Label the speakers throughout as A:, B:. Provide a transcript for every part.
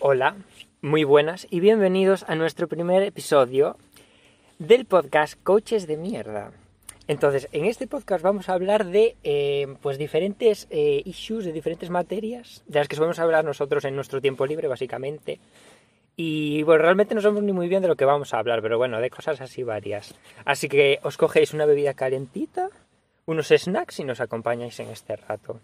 A: Hola, muy buenas y bienvenidos a nuestro primer episodio del podcast Coaches de Mierda. Entonces, en este podcast vamos a hablar de eh, pues diferentes eh, issues, de diferentes materias, de las que solemos hablar nosotros en nuestro tiempo libre, básicamente. Y bueno, realmente no sabemos ni muy bien de lo que vamos a hablar, pero bueno, de cosas así varias. Así que os cogéis una bebida calentita, unos snacks y nos acompañáis en este rato.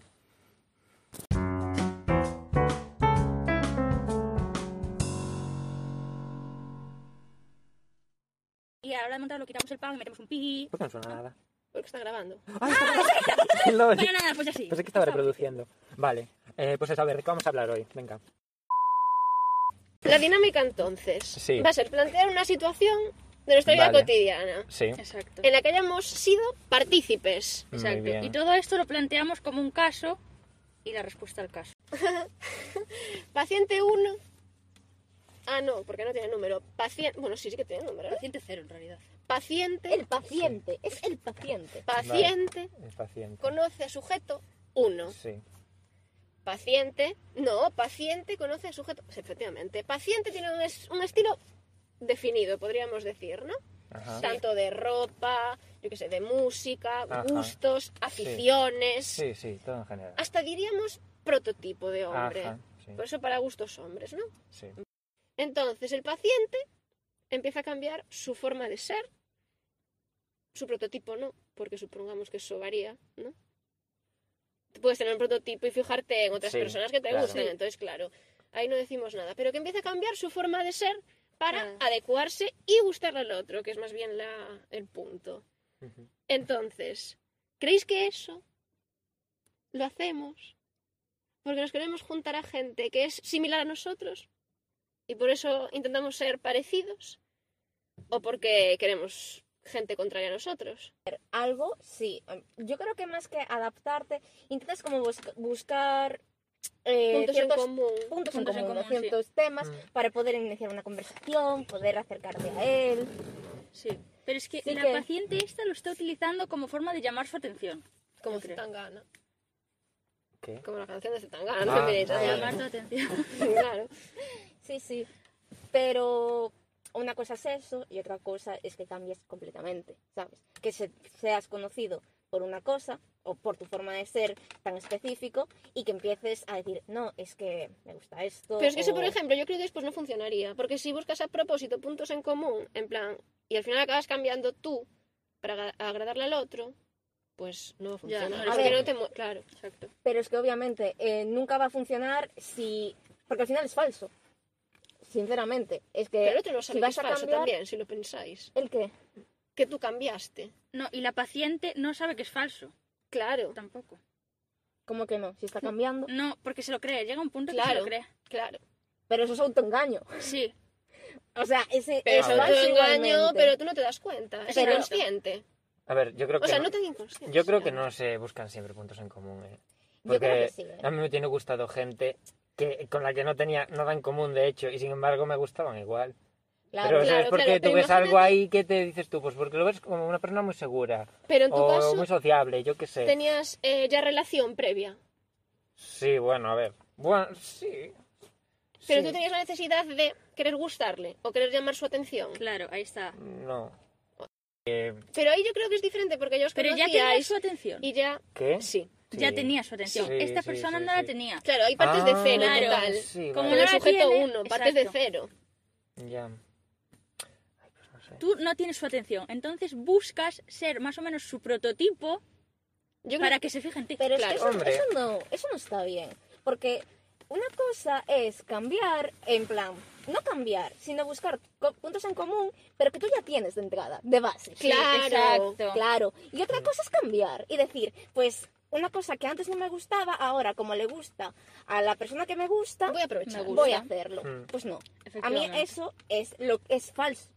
B: Y a la hora de montarlo quitamos el pan, metemos un pi.
A: ¿Por qué no suena nada?
B: Porque está grabando.
A: ¡Ah, está- Lol.
B: Bueno, nada, pues así.
A: Pensé que estaba reproduciendo. Vale, eh, pues a ver, ¿de qué vamos a hablar hoy? Venga.
C: La dinámica entonces
A: Sí.
C: va a ser plantear una situación de nuestra vida
A: Vale.
C: cotidiana
A: Sí.
B: Exacto.
C: en la que hayamos sido partícipes.
A: Muy
B: Exacto.
A: bien.
B: Eh, Y todo esto lo planteamos como un caso y la respuesta al caso.
C: Paciente 1. Ah, no, porque no tiene número. Paciente. Bueno, sí, sí que tiene número. ¿no?
B: Paciente cero, en realidad.
C: Paciente.
D: El paciente, es el paciente.
C: Paciente
A: Es paciente.
C: conoce a sujeto 1.
A: Sí.
C: Paciente. No, paciente conoce a sujeto. pues, efectivamente. Paciente tiene un, es- un estilo definido, podríamos decir, ¿no?
A: Ajá.
C: Tanto de ropa, yo qué sé, de música,
A: Ajá.
C: gustos, aficiones.
A: Sí, sí, todo en general.
C: hasta diríamos prototipo de Ah, hombre. Pues,
A: Ajá, sí,
C: Por eso para gustos hombres, ¿no?
A: sí.
C: Entonces el paciente empieza a cambiar su forma de ser, su prototipo no, porque supongamos que eso varía, ¿no? Tú Puedes tener un prototipo y fijarte en otras
A: Sí,
C: personas que te
A: claro.
C: gusten,
A: Sí.
C: entonces claro, ahí no decimos nada, pero que empieza a cambiar su forma de ser para
B: Claro.
C: adecuarse y gustarle al otro, que es más bien la, el punto.
A: Ujú.
C: Entonces, ¿creéis que eso lo hacemos? Porque nos queremos juntar a gente que es similar a nosotros y por eso intentamos ser parecidos o porque queremos gente contraria a nosotros.
D: Algo, sí. em, Yo creo que más que adaptarte, intentas como busca- buscar eh,
C: Puntos en
D: ciertos
C: común.
D: puntos en
B: Puntos en
D: común,
B: común,
D: o
B: sí.
D: ciertos temas
A: Mm.
D: para poder iniciar una conversación, poder acercarte a él.
B: Sí. Pero es que
D: Sí
B: la
D: que-
B: paciente esta lo está utilizando como forma de llamar su atención.
C: Como
B: Yo creo.
C: Zetangana.
A: ¿Qué?
C: Como la canción de Zetangana,
A: Ah,
C: ¿no? Feminista,
A: ah,
C: ya.
B: Llamar tu atención.
C: Claro.
D: Sí, sí. Pero una cosa es eso y otra cosa es que cambies completamente, ¿sabes? Que se- seas conocido por una cosa o por tu forma de ser tan específico y que empieces a decir, no, es que me gusta esto.
C: Pero es que eso,
D: o-
C: por ejemplo, yo creo que después no funcionaría. Porque si buscas a propósito puntos en común, en plan, y al final acabas cambiando tú para aga- agradarle al otro, pues no funciona.
B: no
D: eres
C: Porque
D: tú.
C: no te mu- claro.
B: Exacto.
D: Pero es que obviamente eh, nunca va a funcionar si... Porque al final es falso. Sinceramente. Es que...
C: Pero el otro no sabe
D: si
C: que
D: vas
C: es
D: a
C: falso
D: cambiar-
C: también, si lo pensáis.
D: ¿El qué?
C: Que tú cambiaste.
B: No, y la paciente no sabe que es falso.
C: Claro,
B: Tampoco.
D: ¿Cómo que no? Si está cambiando.
B: No, porque se lo cree. Llega un punto que se
C: Claro.
B: lo cree.
C: claro.
D: Pero eso es autoengaño.
B: Sí.
D: O sea, ese
C: Pero
D: es
C: eso es
D: falso
C: un engaño,
D: igualmente.
C: pero tú no te das cuenta. Es
B: Pero-
C: inconsciente.
A: A ver, yo creo que.
C: O sea,
A: no-
C: no tan inconsciente.
A: Yo creo que no se buscan siempre puntos en común, ¿eh? Porque
D: creo que sí, ¿eh?
A: a mí me tiene gustado gente que, con la que no tenía nada en común, de hecho, y sin embargo me gustaban igual.
D: Claro.
A: pero ¿sabes
C: Claro,
A: por qué?
C: claro,
A: tú
C: pero
A: ves algo
C: imagínate-
A: ahí que te dices tú, pues porque lo ves como una persona muy segura,
C: Pero en tu
A: o
C: caso,
A: muy sociable, yo qué sé.
C: tenías eh, ya relación previa.
A: Sí, bueno, a ver. Bueno, sí.
C: Pero
A: Sí.
C: tú tenías la necesidad de querer gustarle o querer llamar su atención.
B: Claro, ahí está.
A: No.
C: Pero ahí yo creo que es diferente porque ya os
B: Pero ya tenía
C: conocíais
B: su atención.
C: y ya...
A: ¿Qué?
C: Sí.
B: Ya
A: Sí.
B: tenía su atención.
A: Sí,
B: Esta
A: sí,
B: persona
A: sí,
B: no la
A: sí.
B: tenía.
C: Claro, hay partes de
A: Ah,
C: cero y
B: claro.
C: tal.
A: Sí,
B: Como
C: Como
A: vale.
C: el
B: la
C: sujeto
B: tiene,
C: 1, partes de
B: exacto.
C: cero.
A: Ya. Ay, pues no sé.
B: Tú no tienes su atención. Entonces buscas ser más o menos su prototipo
C: Yo creo
B: para que se fije en ti.
D: Pero es
C: Claro.
D: que eso,
A: Hombre.
D: eso no, eso no está bien. Porque una cosa es cambiar, en plan, no cambiar, sino buscar co- puntos en común, pero que tú ya tienes de entrada, de base.
C: Sí, Claro.
B: exacto.
D: Claro. Y otra cosa es cambiar y decir, pues una cosa que antes no me gustaba, ahora como le gusta a la persona que me gusta,
C: voy a aprovechar.
B: Me gusta.
D: voy a hacerlo.
A: Mm.
D: Pues no. A mí
B: Efectivamente.
D: eso es lo es falso.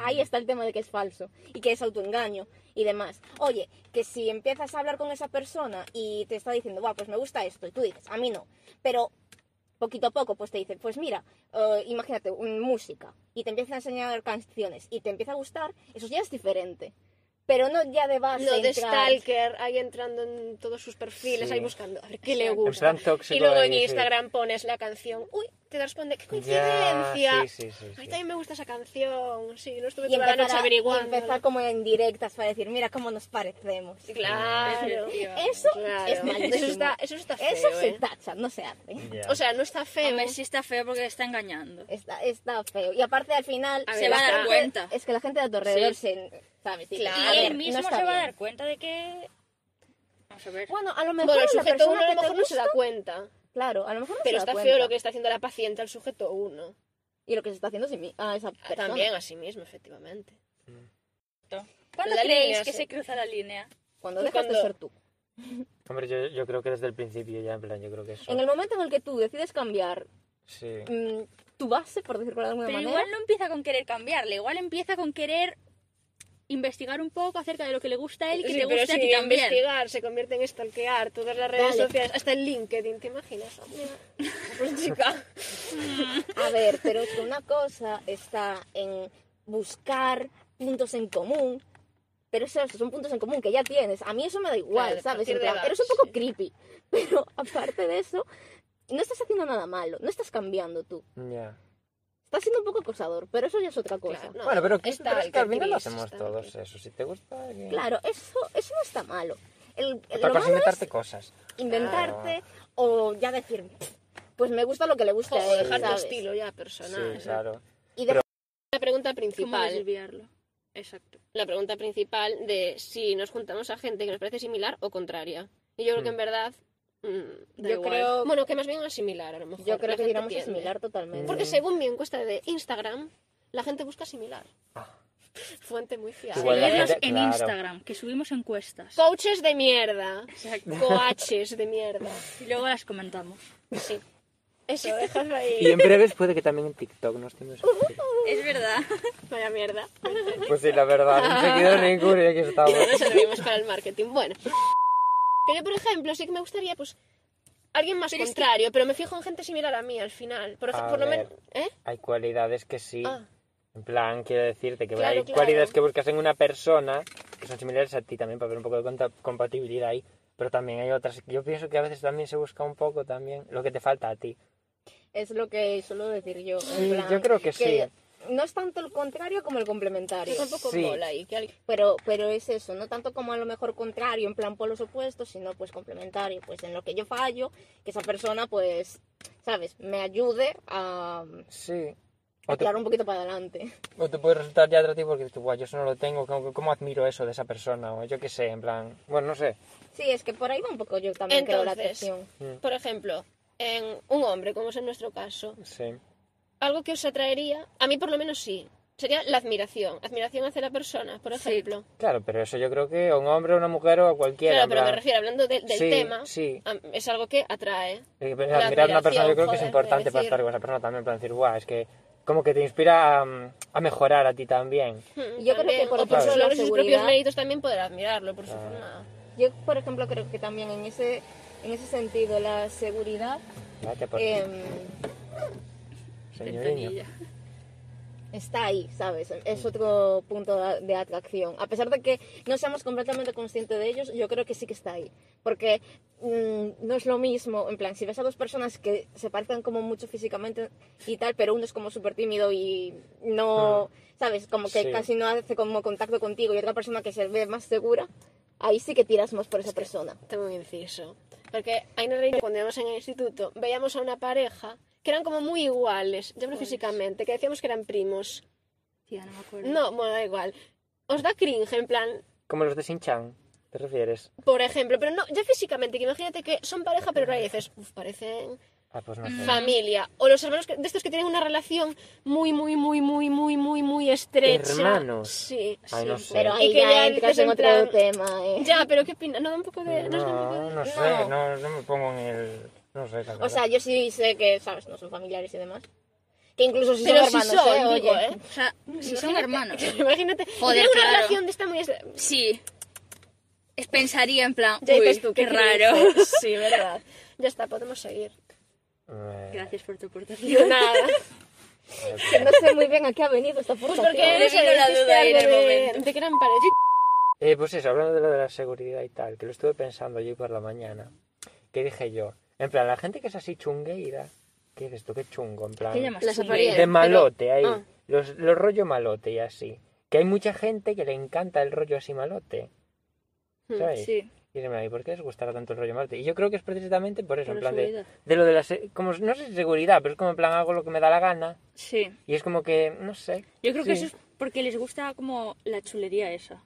D: Ahí está el tema de que es falso y que es autoengaño y demás. Oye, que si empiezas a hablar con esa persona y te está diciendo, "Buah, pues me gusta esto, y tú dices, a mí no, pero poquito a poco, pues te dice, pues mira, eh, imagínate, un- música, y te empieza a enseñar canciones y te empieza a gustar, eso ya es diferente. Pero no ya de base.
C: No, de
D: entrar-
C: Stalker, ahí entrando en todos sus perfiles,
A: Sí.
C: ahí buscando a ver qué le
D: En
A: En
C: gusta.
A: plan tóxico.
C: Y luego
A: ahí,
C: en
A: sí.
C: Instagram pones la canción, uy, te responde, ¡qué
A: Ya,
C: coincidencia!
A: sí, sí, sí,
C: A mí
A: sí.
C: también me gusta esa canción. Sí, no estuve
D: Y
C: toda la noche
D: empezar, a- y
C: averiguando.
D: empezar como en directas para decir, mira cómo nos parecemos.
C: Claro.
D: Eso es malísimo.
C: Eso está, eso está feo.
D: Eso se
C: ¿eh?
D: tacha, no se hace.
A: Ya.
C: O sea, no está feo.
B: Hombre, sí está feo porque está engañando.
D: Está, está feo. Y aparte al final...
C: A
B: Se
C: ver,
B: va a
C: la
B: dar
C: gente-
B: cuenta.
D: Es que la gente de tu alrededor
B: Sí.
D: se... ¿sabes? Dice,
C: Claro.
D: "A
B: Y
D: ver,
B: él
D: no
B: mismo
D: está
B: se va a
D: bien".
B: dar cuenta de que... Vamos a ver.
D: Bueno, a lo mejor
C: Bueno, el
D: la
C: sujeto
D: persona
C: uno a
D: que
C: lo
D: te
C: mejor no se da
D: gusta-
C: cuenta.
D: Claro, a lo mejor no
C: Pero
D: se
C: está
D: da
C: feo
D: cuenta.
C: lo que está haciendo la paciente al sujeto uno.
D: Y lo que se está haciendo es mi- a esa persona.
C: Ah, También a sí mismo, efectivamente.
B: ¿Cuándo
C: La
B: creéis
C: línea,
B: que
C: sí.
B: se cruza la línea?
D: Cuando
C: Y
D: dejas de
C: cuando-
D: ser tú.
A: Hombre, yo, yo creo que desde el principio ya, en plan, yo creo que eso.
D: En el momento en el que tú decides cambiar
A: Sí.
D: mm, tu base, por decirlo de alguna
B: Pero
D: manera...
B: igual no empieza con querer cambiarle, igual empieza con querer investigar un poco acerca de lo que le gusta a él y que
C: Sí,
B: te
C: pero
B: gusta a
C: si
B: ti también.
C: investigar se convierte en stalkear todas las redes
D: Vale.
C: sociales, hasta el LinkedIn, ¿te imaginas? Pues chica.
D: A ver, pero es que una cosa está en buscar puntos en común, pero esos son puntos en común que ya tienes. A mí eso me da igual,
C: Claro, a
D: ¿sabes?
C: partir
D: En
C: de
D: plan,
C: edad,
D: eres un poco
C: sí.
D: creepy, pero aparte de eso, no estás haciendo nada malo, no estás cambiando tú.
A: Ya.
D: Estás siendo un poco acosador, pero eso ya es otra cosa.
C: Claro, no,
A: Bueno, pero, que-
C: está
A: pero es
C: el
A: que al final lo
C: Chris,
A: hacemos
C: está el
A: todos
C: Chris.
A: eso. Si te gusta. eh, que-
D: Claro, eso, eso no está malo.
A: Otra
D: El, lo
A: cosa es
D: malo
A: inventarte
D: es
A: cosas.
D: inventarte o ya decir, pues me gusta lo que le gusta
C: O
D: a él,
C: dejar tu
D: ¿sabes?
C: estilo ya
A: Sí,
C: personal.
A: claro.
D: Y
A: Pero-
C: La pregunta
B: ¿Cómo
C: principal,
B: desviarlo? Exacto.
C: la pregunta principal de si nos juntamos a gente que nos parece similar o contraria. Y yo creo que
A: Hmm.
C: en verdad mm, da
D: Yo
C: igual.
D: creo-
C: bueno, que más bien a similar a lo mejor.
D: yo
C: la
D: creo que
C: gente
D: diríamos
C: tiende.
D: similar totalmente.
C: Porque
A: Mm.
C: según mi encuesta de Instagram, la gente busca similar. Fuente muy fiable.
A: Ah. Igual Pues la
B: Seguidnos
A: gente-
B: en
A: claro.
B: Instagram, que subimos encuestas.
C: Coaches de mierda.
B: Exacto.
C: Coaches de mierda.
B: Y luego las comentamos.
C: Sí. Eso, déjalo ahí.
A: Y en breves puede que también en TikTok nos tengas.
B: Es verdad.
C: Vaya mierda.
A: Pues sí, la verdad. Un seguidor ninguno y aquí estamos.
C: Eso lo vimos para el marketing. Bueno. Que yo, por ejemplo, sí que me gustaría, pues, alguien más
B: Pero es
C: contrario, pero me fijo en gente similar a mí al final. Por, ej-
A: A
C: por lo
A: ver.
C: menos. ¿Eh?
A: Hay cualidades que sí.
C: Ah.
A: En plan, quiero decirte que
C: Claro,
A: hay
C: claro.
A: cualidades que buscas en una persona que son similares a ti también para ver un poco de conta- compatibilidad ahí. Pero también hay otras. Yo pienso que a veces también se busca un poco también lo que te falta a ti.
D: Es lo que suelo decir yo. en
A: Sí,
D: plan,
A: yo creo que sí.
D: No es tanto el contrario como el
C: Yo
D: complementario.
C: tampoco
A: Sí.
C: mola ahí. Que alguien-
D: Pero, pero es eso, no tanto como a lo mejor contrario, en plan polos opuestos, sino pues complementario. Pues en lo que yo fallo, que esa persona pues, ¿sabes? Me ayude a
A: Sí.
D: a
A: O te,
D: tirar un poquito para adelante.
A: o te puede resultar ya atractivo porque dices, guau, yo eso no lo tengo, ¿cómo, cómo admiro eso de esa persona? O yo qué sé, en plan. Bueno, no sé.
D: Sí, es que por ahí va un poco yo también creo la
C: Entonces,
D: atención.
C: Por ejemplo, en un hombre, como es en nuestro caso,
A: Sí.
C: algo que os atraería, a mí por lo menos sí, sería la admiración. Admiración hacia la persona, por
B: Sí.
C: ejemplo.
A: Claro, pero eso yo creo que a un hombre, a una mujer o a cualquiera.
C: Claro,
A: en
C: pero me
A: plan,
C: refiero, hablando de- del
A: Sí,
C: tema,
A: sí.
C: am- es algo que atrae.
A: Eh,
C: La
A: Admirar a una persona yo creo que es
C: admiración,
A: importante
C: joder,
A: para
C: decir-
A: estar con esa persona también, para decir, guau, es que como que te inspira a, mm, a mejorar a ti también.
D: Y yo creo que, por
C: o por
A: ejemplo,
C: sus
A: la
C: logros y sus propios
D: seguridad-
C: méritos también poder admirarlo, por su forma.
D: Yo, por ejemplo, creo que también en ese, en ese sentido, la seguridad...
A: Vete por
D: em,
A: ti, señoriño.
D: está ahí, ¿sabes?
C: Mm.
D: Es otro punto de de atracción. A pesar de que no seamos completamente conscientes de ellos, yo creo que sí que está ahí. Porque mm, no es lo mismo, en plan, si ves a dos personas que se parecen como mucho físicamente y tal, pero uno es como súper tímido y
C: Ah.
D: no, ¿sabes? Como que
A: Sí.
D: casi no hace como contacto contigo y otra persona que se ve más segura, ahí sí que tiras más por esa persona.
C: Tengo un inciso. Porque hay una reina cuando íbamos en el instituto, veíamos a una pareja que eran como muy iguales, yo creo físicamente, que decíamos que eran primos.
B: Tía, no me acuerdo.
C: No, bueno, da igual. Os da cringe, en plan,
A: Como los de Sinchan, ¿te refieres?
C: por ejemplo, pero no, ya físicamente, que imagínate que son pareja, pero ahora dices, uff, parecen
A: Ah, pues no sé.
C: familia. O los hermanos que- de estos que tienen una relación muy, muy, muy, muy, muy, muy, muy estrecha.
A: Hermanos.
C: Sí.
A: Ay,
C: sí.
A: no sé.
D: Pero ahí
C: que ya
D: ya entras
C: dices en
D: en
C: plan,
D: otro tema, ¿eh?
C: Ya, pero ¿qué opinas? No, da un poco de... eh, No, os da un poco
A: No,
C: de...
A: no sé, no, no me pongo en el... No sé, la
D: O
A: verdad.
D: sea, yo sí sé que, ¿sabes? No son familiares y demás. Que incluso si
C: Pero
D: son
C: si
D: hermanos,
C: son,
D: ¿eh?
C: digo,
D: Oye.
C: ¿eh?
B: O sea, si son hermanos.
C: Imagínate. y
B: Joder,
C: tiene una
B: claro.
C: relación de esta muy... estre-
B: Sí. Es- Pensaría en plan,
C: Ya
B: uy,
C: dices tú,
B: qué
C: qué
B: raro.
C: cringe. Sí, verdad. Ya está, podemos seguir.
A: Eh,
B: Gracias por tu aportación.
C: De nada.
D: Que no sé muy bien a qué ha venido esta puta.
C: Pues porque
B: Le
C: no sé,
B: vino la
C: dijiste
B: duda ahí en
C: algo
B: el
C: de-
B: momento.
C: De que eran parecidos.
A: Eh, pues eso, hablando de lo de la seguridad y tal, que lo estuve pensando yo por la mañana, que dije yo, en plan, la gente que es así chungueira, ¿Qué es esto? Qué chungo, en plan.
B: ¿Qué llamas?
C: Las
B: chungo?
C: apariencias.
A: De
C: Pero-
A: malote, ahí.
C: ah.
A: Los, los rollo malote y así. Que hay mucha gente que le encanta el rollo así malote.
C: Mm,
A: ¿Sabes?
B: Sí,
A: Y dicen, "Ay, ¿por qué les gustará tanto el rollo malote? Y yo creo que es precisamente por eso, en
C: por la
A: plan de,
C: seguridad.
A: de lo de la... se- Como, no sé si seguridad, pero es como en plan hago lo que me da la gana.
B: sí.
A: Y es como que, no sé.
B: Yo creo que
A: Sí.
B: eso es porque les gusta como la chulería esa.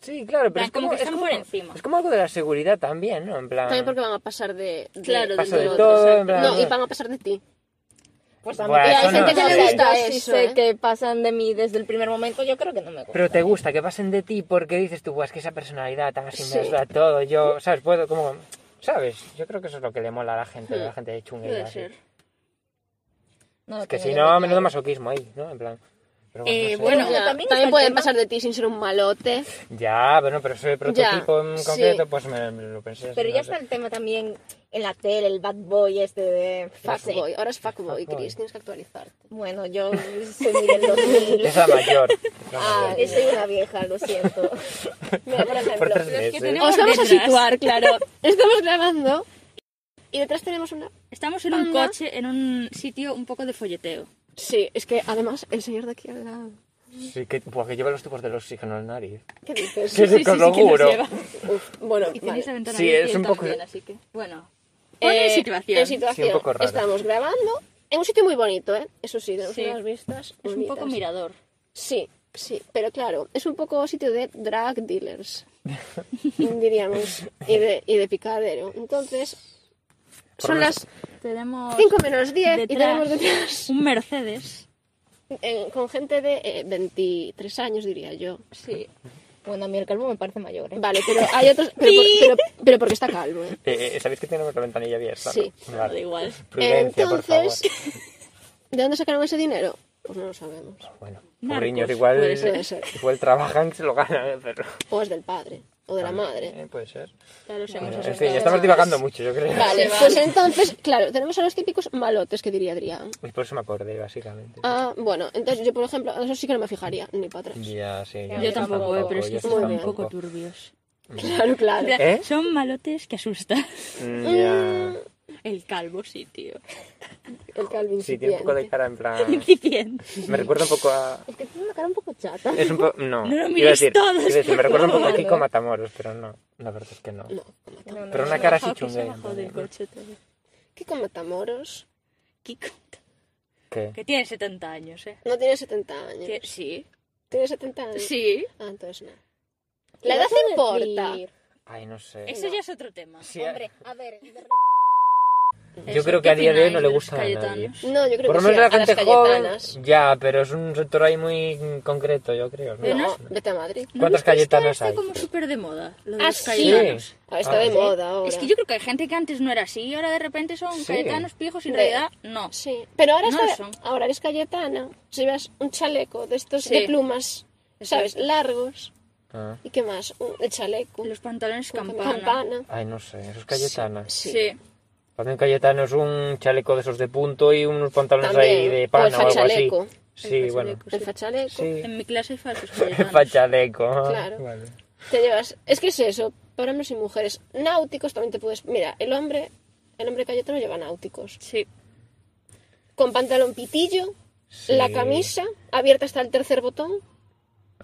A: Sí, claro, pero
B: plan,
A: es
B: como
A: como,
B: que
A: es
B: están
A: como,
B: por encima.
A: es como algo de la seguridad también, ¿no? En plan...
C: También porque van a pasar de, de-
B: Claro,
A: Paso
C: del
A: de
C: otro.
A: todo,
B: exacto.
A: en plan,
C: No, y van a pasar de ti.
D: Pues a mí
A: Buah,
D: que
A: Y hay
D: pasen
A: gente
D: de
A: que le
D: mí,
C: gusta
D: yo sí
C: eso,
D: sé
C: ¿eh?
D: que pasan de mí desde el primer momento, yo creo que no me gusta.
A: Pero te gusta que pasen de ti porque dices tú, "Buah, es que esa personalidad tan así me
C: Sí.
A: da todo, yo, ¿sabes? Puedo como... ¿Sabes? Yo creo que eso es lo que le mola a la gente, a la
C: Hmm.
A: gente de chunga y
B: Puede
A: así.
B: ser.
D: No lo
A: Es que
D: tengo
A: si
D: yo
A: no,
D: muy
A: menudo
D: Eh, claro.
A: masoquismo ahí, ¿no? En plan... pero
B: Eh,
A: no sé.
B: bueno,
C: Ya,
D: también
C: también
D: está el
C: pueden
D: tema-
C: pasar de ti sin ser un malote.
A: Ya, bueno, pero ese prototipo en
C: sí.
A: concreto, pues me, me lo pensé.
D: Pero
A: no
D: ya
A: sé.
D: está el tema también en la tele, el bad boy este de fase.
C: Fuckboy. Ahora es fuckboy,
A: Fuckboy.
C: Chris. Tienes que actualizarte.
D: Bueno, yo soy muy del 2000.
A: Es la mayor. la
D: Ah,
A: mayor.
D: yo soy una vieja, lo siento. Mira, por
A: Por
D: ejemplo,
A: tres
B: es que
A: meses.
B: tenemos-
C: Os vamos a
B: detrás.
C: situar, claro. Estamos grabando y detrás tenemos una...
B: Estamos en un
C: Anda.
B: coche, en un sitio un poco de folleteo.
C: Sí, es que además el señor de aquí al lado...
A: Sí, que, buah, que lleva los tubos del oxígeno al nariz.
C: ¿Qué dices?
A: Sí, sí,
B: sí,
A: que os
B: sí,
A: lo
B: que nos
A: juro. Eh,
B: lleva.
C: Uf, bueno,
B: Y
C: vale.
B: tenéis la ventana
A: Sí,
B: abierta y
A: es un
B: estamos
A: poco-
B: bien, así que... Bueno, Eh,
C: en
B: situación.
C: En situación.
A: Sí, un poco raro.
C: Estamos grabando en un sitio muy bonito, ¿eh? Eso sí, tenemos
B: Sí.
C: unas vistas
B: es un poco
C: bonitas.
B: mirador.
C: Sí, sí, pero claro, es un poco sitio de drug dealers, diríamos, y de, y de picadero. Entonces, son
A: lo menos-
C: las
B: Tenemos
C: 5 menos 10 y
B: detrás
C: tenemos detrás
B: un Mercedes.
C: eh, con gente de eh, 23 años, diría yo.
B: Sí.
D: bueno, a mí el calvo me parece mayor. ¿eh?
C: Vale, pero hay otros... Pero, por- pero, pero porque está calvo, ¿eh?
A: Eh, eh, ¿Sabéis que tenemos la ventanilla abierta?
C: Sí.
A: ¿no?
B: Da
A: Vale.
B: igual.
A: Prudencia,
C: Entonces,
A: por
C: ¿de dónde sacaron ese dinero? Pues no lo sabemos.
A: favor. Bueno,
B: Narcos,
A: pobreños, igual,
B: puede
C: Puede ser.
A: igual trabajan y se lo ganan, ¿eh? pero...
C: O es del padre, o de la madre.
A: Eh, puede ser.
C: Ya lo sabemos.
A: Bueno, en fin, ya estamos divagando mucho, yo creo.
C: Vale, pues entonces, claro, tenemos a los típicos malotes que diría Adrián.
A: Y por eso me acordé, básicamente.
C: Ah, bueno, entonces yo, por ejemplo, a eso sí que no me fijaría, ni para atrás.
A: Ya, sí.
D: Yo
B: Yo tampoco, eh, pero es
A: yo
B: que
A: sí
B: son un
A: tampoco.
B: poco turbios.
A: Mm.
C: Claro, claro.
A: ¿Eh?
B: Son malotes que asustan.
A: Mm, Ya.
B: El calvo, sí, tío.
C: El Calvin
A: Sí, tiene un poco de cara en plan...
B: Incipiente.
A: Me recuerda un poco a...
D: Es que tiene una cara un poco chata.
A: Es un po- No,
B: No lo
A: iba a
B: mires
A: decir-
B: todo,
A: iba a decir, me
B: por
A: recuerda un poco a
D: favor.
A: Kiko Matamoros, pero no. La verdad es que no.
C: No,
D: No, no,
A: Pero
D: no.
A: una cara así
B: Bajado, que se ha
A: chunga.
B: bajado del coche todo.
C: Kiko Matamoros
B: ¿Qué conta?
A: ¿Qué?
B: Que tiene 70 años, eh.
C: no tiene 70 años.
B: Que- Sí.
C: ¿Tiene 70 años?
B: Sí.
C: Ah, entonces no.
D: ¿Qué
C: La edad
D: vas a
C: importa.
D: decir?
A: Ay, no sé.
B: Eso ya es otro tema.
A: Sí,
D: Hombre, a ver, de
A: yo
B: Eso,
A: creo
B: ¿qué
A: que a día de hoy no le
B: opináis los
A: gusta a nadie.
B: Cayetanos?
C: No, yo creo
A: Por lo
C: que sí,
A: menos la
C: a las
A: gente joven.
C: Cayetanas.
A: Ya, pero es un sector ahí muy concreto, yo creo. ¿no?
B: Pero
C: No,
A: Sí.
C: vete a Madrid.
B: ¿No
A: ¿Cuántas
B: viste esto?
A: Cayetanas
B: Está
A: hay?
B: como súper de moda. Lo de
C: Ah,
B: los
C: sí.
B: Cayetanos.
C: Ah, está
A: Ah,
C: de
A: sí.
C: moda ahora.
B: Es que yo creo que hay gente que antes no era así y ahora de repente son
A: Sí.
B: Cayetanos pijos y en
C: De-
B: realidad no.
C: Sí, pero ahora,
B: No
C: está-
B: lo son.
C: ahora eres Cayetana. Si llevas un chaleco de estos
B: Sí.
C: de plumas, ¿sabes? Largos.
A: Ah.
C: ¿Y qué más? Un- El chaleco.
B: Los pantalones
C: con
B: campana.
C: campana.
A: Ay, no sé, eso es Cayetana.
C: Sí.
B: Sí.
A: También Cayetano es un chaleco de esos de punto y unos pantalones ahí
C: También,
A: de
C: o el
A: pana o algo así.
C: fachaleco.
A: Sí,
B: El
A: bueno.
B: fachaleco,
C: El
B: sí.
C: fachaleco.
A: Sí,
B: En mi clase hay falsos
A: el
B: Cayetanos.
A: fachaleco. ah,
C: Claro.
A: vale.
C: Te llevas. Es que es eso. Para hombres y mujeres. Náuticos también te puedes. Mira, el hombre. El hombre cayetano lleva náuticos.
B: Sí.
C: Con pantalón pitillo.
A: Sí.
C: La camisa. Abierta hasta el tercer botón.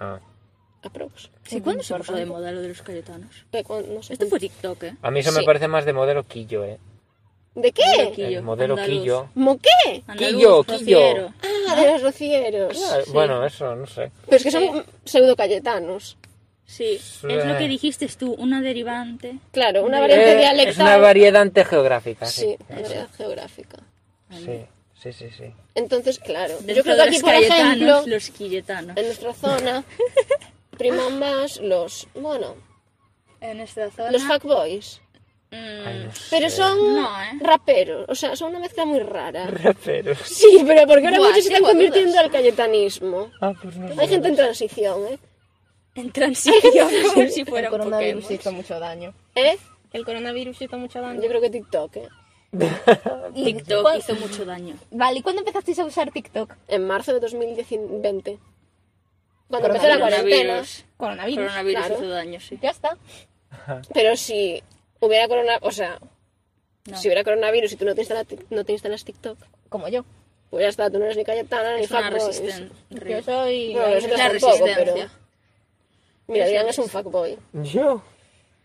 A: Ah.
C: Aprox.
B: Sí, ¿Cuándo se puso de moda lo de los Cayetanos?
C: Que cuando- no sé.
B: Esto fue TikTok, ¿eh?
A: A mí eso me
C: Sí.
A: parece más de modelo quillo, ¿eh?
C: ¿De qué?
B: Quillo,
A: el modelo
B: andaluz.
A: quillo.
C: ¿Mo qué?
A: Quillo,
B: Andaluz,
A: quillo.
B: rociero.
C: Ah, de los rocieros.
A: Ah, Bueno, eso, no sé.
C: Pero es que son pseudo cayetanos.
B: Sí, es lo que dijiste tú, una derivante.
C: Claro, una variante
A: Eh,
C: dialectal.
A: es una variedad geográfica, sí.
C: Sí, variedad geográfica.
A: Sí, sí, sí. sí.
C: Entonces, claro.
B: Dentro
C: yo creo
B: de
C: que aquí,
B: los
C: por
B: cayetanos,
C: ejemplo.
B: los quilletanos.
C: en nuestra zona priman más los, bueno,
B: En esta zona...
C: los fuckboys.
B: Mm.
A: Ay, no
C: Pero
A: sé.
C: son
B: No, ¿eh?
C: raperos, o sea, son una mezcla muy rara.
A: Raperos.
C: Sí, pero porque ahora
B: Buah,
C: muchos se están
B: tengo
C: convirtiendo
B: dudas.
C: al cayetanismo.
A: Ah, pues no sé.
C: Hay gente en transición, ¿eh?
B: En transición, como si
D: El
B: fueran
D: coronavirus
B: Pokémon.
D: hizo mucho daño.
C: ¿Eh?
D: El coronavirus hizo mucho daño.
C: Yo creo que TikTok, ¿eh?
D: Y-
B: TikTok
D: ¿cuán-
B: hizo mucho daño.
D: Vale, ¿y cuándo empezasteis a usar TikTok?
C: En marzo de 2020. Cuando empezó la cuarentena.
B: Coronavirus.
D: Coronavirus.
B: Coronavirus
C: Claro.
B: hizo daño, sí.
D: Ya está.
C: Pero si hubiera corona, o sea,
B: No.
C: si hubiera coronavirus y tú no te instalas, no te instalas TikTok,
D: como yo.
C: Pues ya está, tú no eres ni Cayetana ni
B: Es una
C: fuckboy.
B: resisten-
D: Yo soy...
C: Bueno,
D: la-
C: nosotros
B: La
C: tampoco,
B: resistencia.
C: pero- Mira, Diana es un fuckboy.
A: Yo.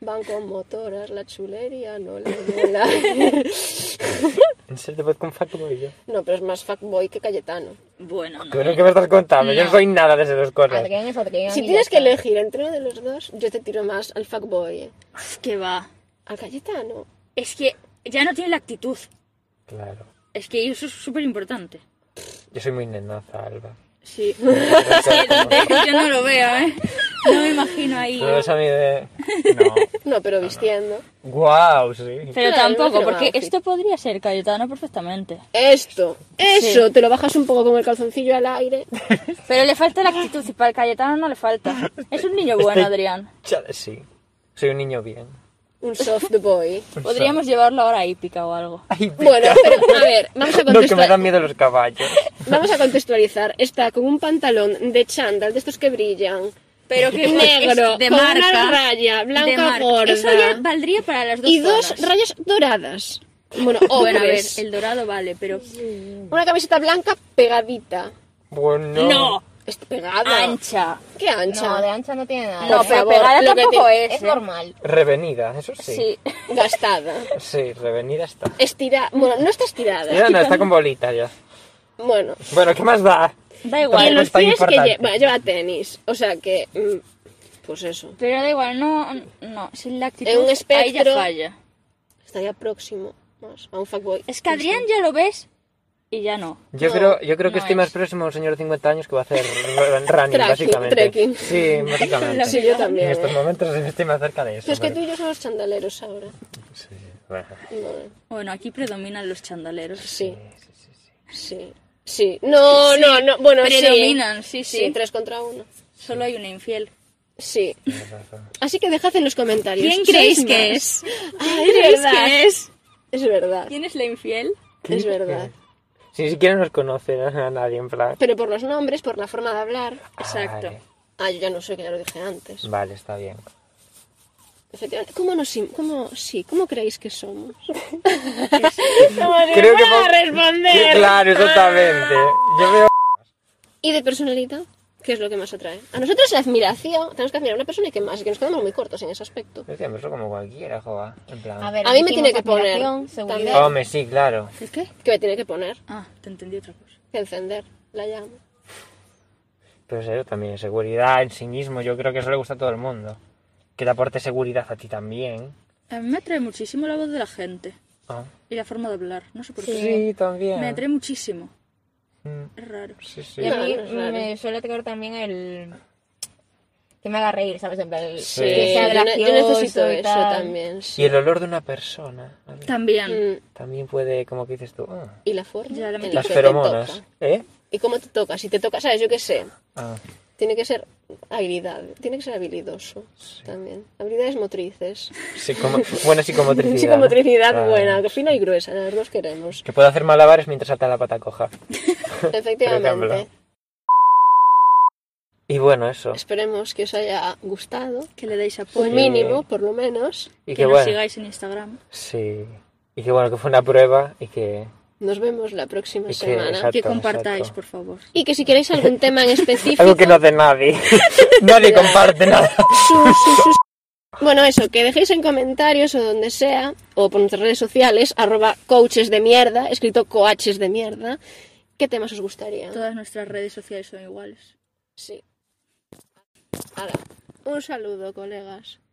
C: Van con motoras, la chulería, no le mola.
A: En serio te puedes confar como yo.
C: no, pero es más fuckboy que Cayetano.
B: Bueno, no.
A: Pero ¿qué me estás contando? Yo no soy nada de esas dos cosas.
D: Adrián es Adrián.
C: Si
D: y
C: tienes
D: ya
C: que
D: está.
C: elegir entre uno de los dos, yo te tiro más al fuckboy. ¿eh?
B: Es que va.
C: Al Cayetano.
B: Es que ya no tiene la actitud.
A: Claro.
B: Es que eso es súper importante.
A: Yo soy muy nenaza, Alba. Eh,
B: Sí. Yo no lo veo, ¿eh? No me imagino ahí.
A: Todo eso a mí de... No.
C: No, pero vistiendo.
A: Guau, sí.
B: Pero
C: Claro, no
B: tampoco,
C: tiene
B: porque
C: outfit.
B: esto podría ser Cayetano perfectamente.
C: Esto, eso, te lo bajas un poco con el calzoncillo al aire.
B: Pero le falta la actitud y para el Cayetano no le falta. Es un niño bueno, Adrián.
A: Chale, sí. Soy un niño bien.
C: Un soft boy.
B: Podríamos llevarlo ahora a Hípica o algo.
A: Ay,
C: Bueno, pero a ver, vamos a
A: no, que me
C: contestar.
A: dan miedo los caballos.
C: Vamos a contextualizar. Está con un pantalón de chándal de estos que brillan,
B: Pero que
C: negro,
B: es de
C: con
B: marca.
C: una raya
B: de
C: blanca
B: marca.
C: gorda
B: Eso ya valdría para las dos
C: y dos
B: zonas.
C: rayas doradas. Bueno,
B: Bueno, a ver,
C: hombres.
B: el dorado vale, pero...
C: Una camiseta blanca pegadita.
A: Bueno.
B: ¡No!
C: Es pegada.
B: Ancha.
C: Qué ancha.
D: No, de ancha no tiene nada.
B: No,
C: Por
B: pero
C: favor,
B: pegada
C: lo que
B: tampoco
C: te-
B: es. ¿eh?
D: Es normal.
A: Revenida, eso sí.
B: Sí.
C: Gastada.
A: Sí, revenida está.
C: Estirada. Bueno, no está
A: Ya
C: estirada.
A: no, está con bolita ya.
C: Bueno.
A: Bueno, ¿qué más da?
B: Da
C: Y en
B: igual.
A: Tampoco
C: los
A: es tan
C: pies que
A: importante.
C: lleva, bueno, lleva tenis. O sea que. mm, Pues eso.
B: Pero da igual, no, no, sin la actitud
C: En un
B: ahí ya
C: espectro-
B: falla.
C: Estaría próximo más a un fuckboy.
B: Es que Adrián ya lo ves y ya no.
A: Yo
C: No,
A: creo, yo creo que
B: no
A: estoy más
B: es.
A: próximo a un señor de 50 años que va a hacer run- running,
C: Trekking,
A: básicamente.
C: trekking.
A: Sí, básicamente.
C: Ah, Sí, yo
A: en
C: también.
A: estos
C: ¿eh?
A: momentos estoy más cerca de eso.
C: Pero Pues es que
A: pero-
C: tú y yo somos chandaleros ahora.
A: Sí, bueno.
C: No,
B: Bueno, aquí predominan los chandaleros.
C: sí, sí, sí. No, no, no. Bueno, sí.
B: Predominan, sí, sí.
C: Sí, tres contra uno.
B: Solo hay una infiel.
C: Sí. Así que dejad en los comentarios.
B: ¿Quién
C: ¿sois
B: creéis que
C: más?
B: es?
C: Ay,
B: ¿Quién creéis
C: verdad.
B: que es?
C: Es verdad.
B: ¿Quién es la infiel?
C: Es verdad.
A: Si ni siquiera nos conocen a nadie, en plan.
C: Pero por los nombres, por la forma de hablar.
B: Exacto.
A: Vale,
C: Ah, yo ya no sé, que ya lo dije antes.
A: vale, está bien.
C: Efectivamente. ¿Cómo nos im- cómo, sí, cómo creéis que somos?
A: Creo que a responder. Claro, exactamente. Yo veo.
C: ¿Y de personalidad? ¿Qué es lo que más atrae? A nosotros la admiración, tenemos que admirar a una persona y que más, y que nos quedamos muy cortos en ese aspecto.
A: Yo siempre soy como cualquiera, joa. En plan.
D: A ver,
C: A mí me
D: dijimos
C: tiene que poner,
D: admiración, seguridad.
C: también. Ah,
A: Hombre, sí, claro.
B: qué?
C: Que me tiene que poner,
B: Ah, te entendí otra cosa.
C: que encender la llama.
A: Pero Pues eso también, seguridad en sí mismo. Yo creo que eso le gusta a todo el mundo. Que te aporte seguridad a ti también.
B: A mí me atrae muchísimo la voz de la gente
A: Ah,
B: y la forma de hablar. No sé por qué.
A: Sí, también.
B: Me atrae muchísimo.
A: Mm,
B: Es raro.
A: Sí, sí.
D: Y a mí
C: No, no es raro.
D: me suele tocar también el... Que me haga reír, ¿sabes? En plan, el-
A: Sí.
D: que sea
C: yo, ne- yo
D: gracioso
C: necesito
D: y
C: eso
D: tal.
C: también. sí.
A: Y el olor de una persona. a ver,
B: También.
C: Mm,
A: También puede, como que dices tú, ah,
C: Y la forma.
B: Ya, la
C: en
B: metí.
C: la
A: las
C: que te
A: feromonas.
C: toca.
A: ¿Eh?
C: ¿Y cómo te toca? Si te toca, ¿sabes? Yo qué sé.
A: Ah,
C: Tiene que ser habilidad, tiene que ser habilidoso también. Habilidades motrices.
A: psicomo- buena psicomotricidad.
C: Psicomotricidad
A: ¿no? Ah,
C: buena, fina y gruesa, las dos queremos.
A: Que puede hacer malabares mientras salta la pata coja. Por
C: Efectivamente.
A: ejemplo. Y bueno, eso.
C: Esperemos que os haya gustado.
B: Que le deis apoyo.
C: Un mínimo, por lo menos.
A: Y
B: Que,
A: que
B: nos
A: bueno.
B: sigáis en Instagram.
A: Sí. Y que bueno, que fue una prueba y que.
C: Nos vemos la próxima
A: Y que-
C: semana.
A: exacto.
B: que compartáis,
A: exacto.
B: por favor.
C: Y que si queréis algún tema en específico,
A: Algo que no hace nadie. nadie comparte nada.
C: su- su- su- bueno, eso, que dejéis en comentarios o donde sea, o por nuestras redes sociales, arroba coaches de mierda, escrito coaches de mierda, qué temas os gustaría.
B: Todas nuestras redes sociales son iguales.
C: Sí. Hala. Un saludo, colegas.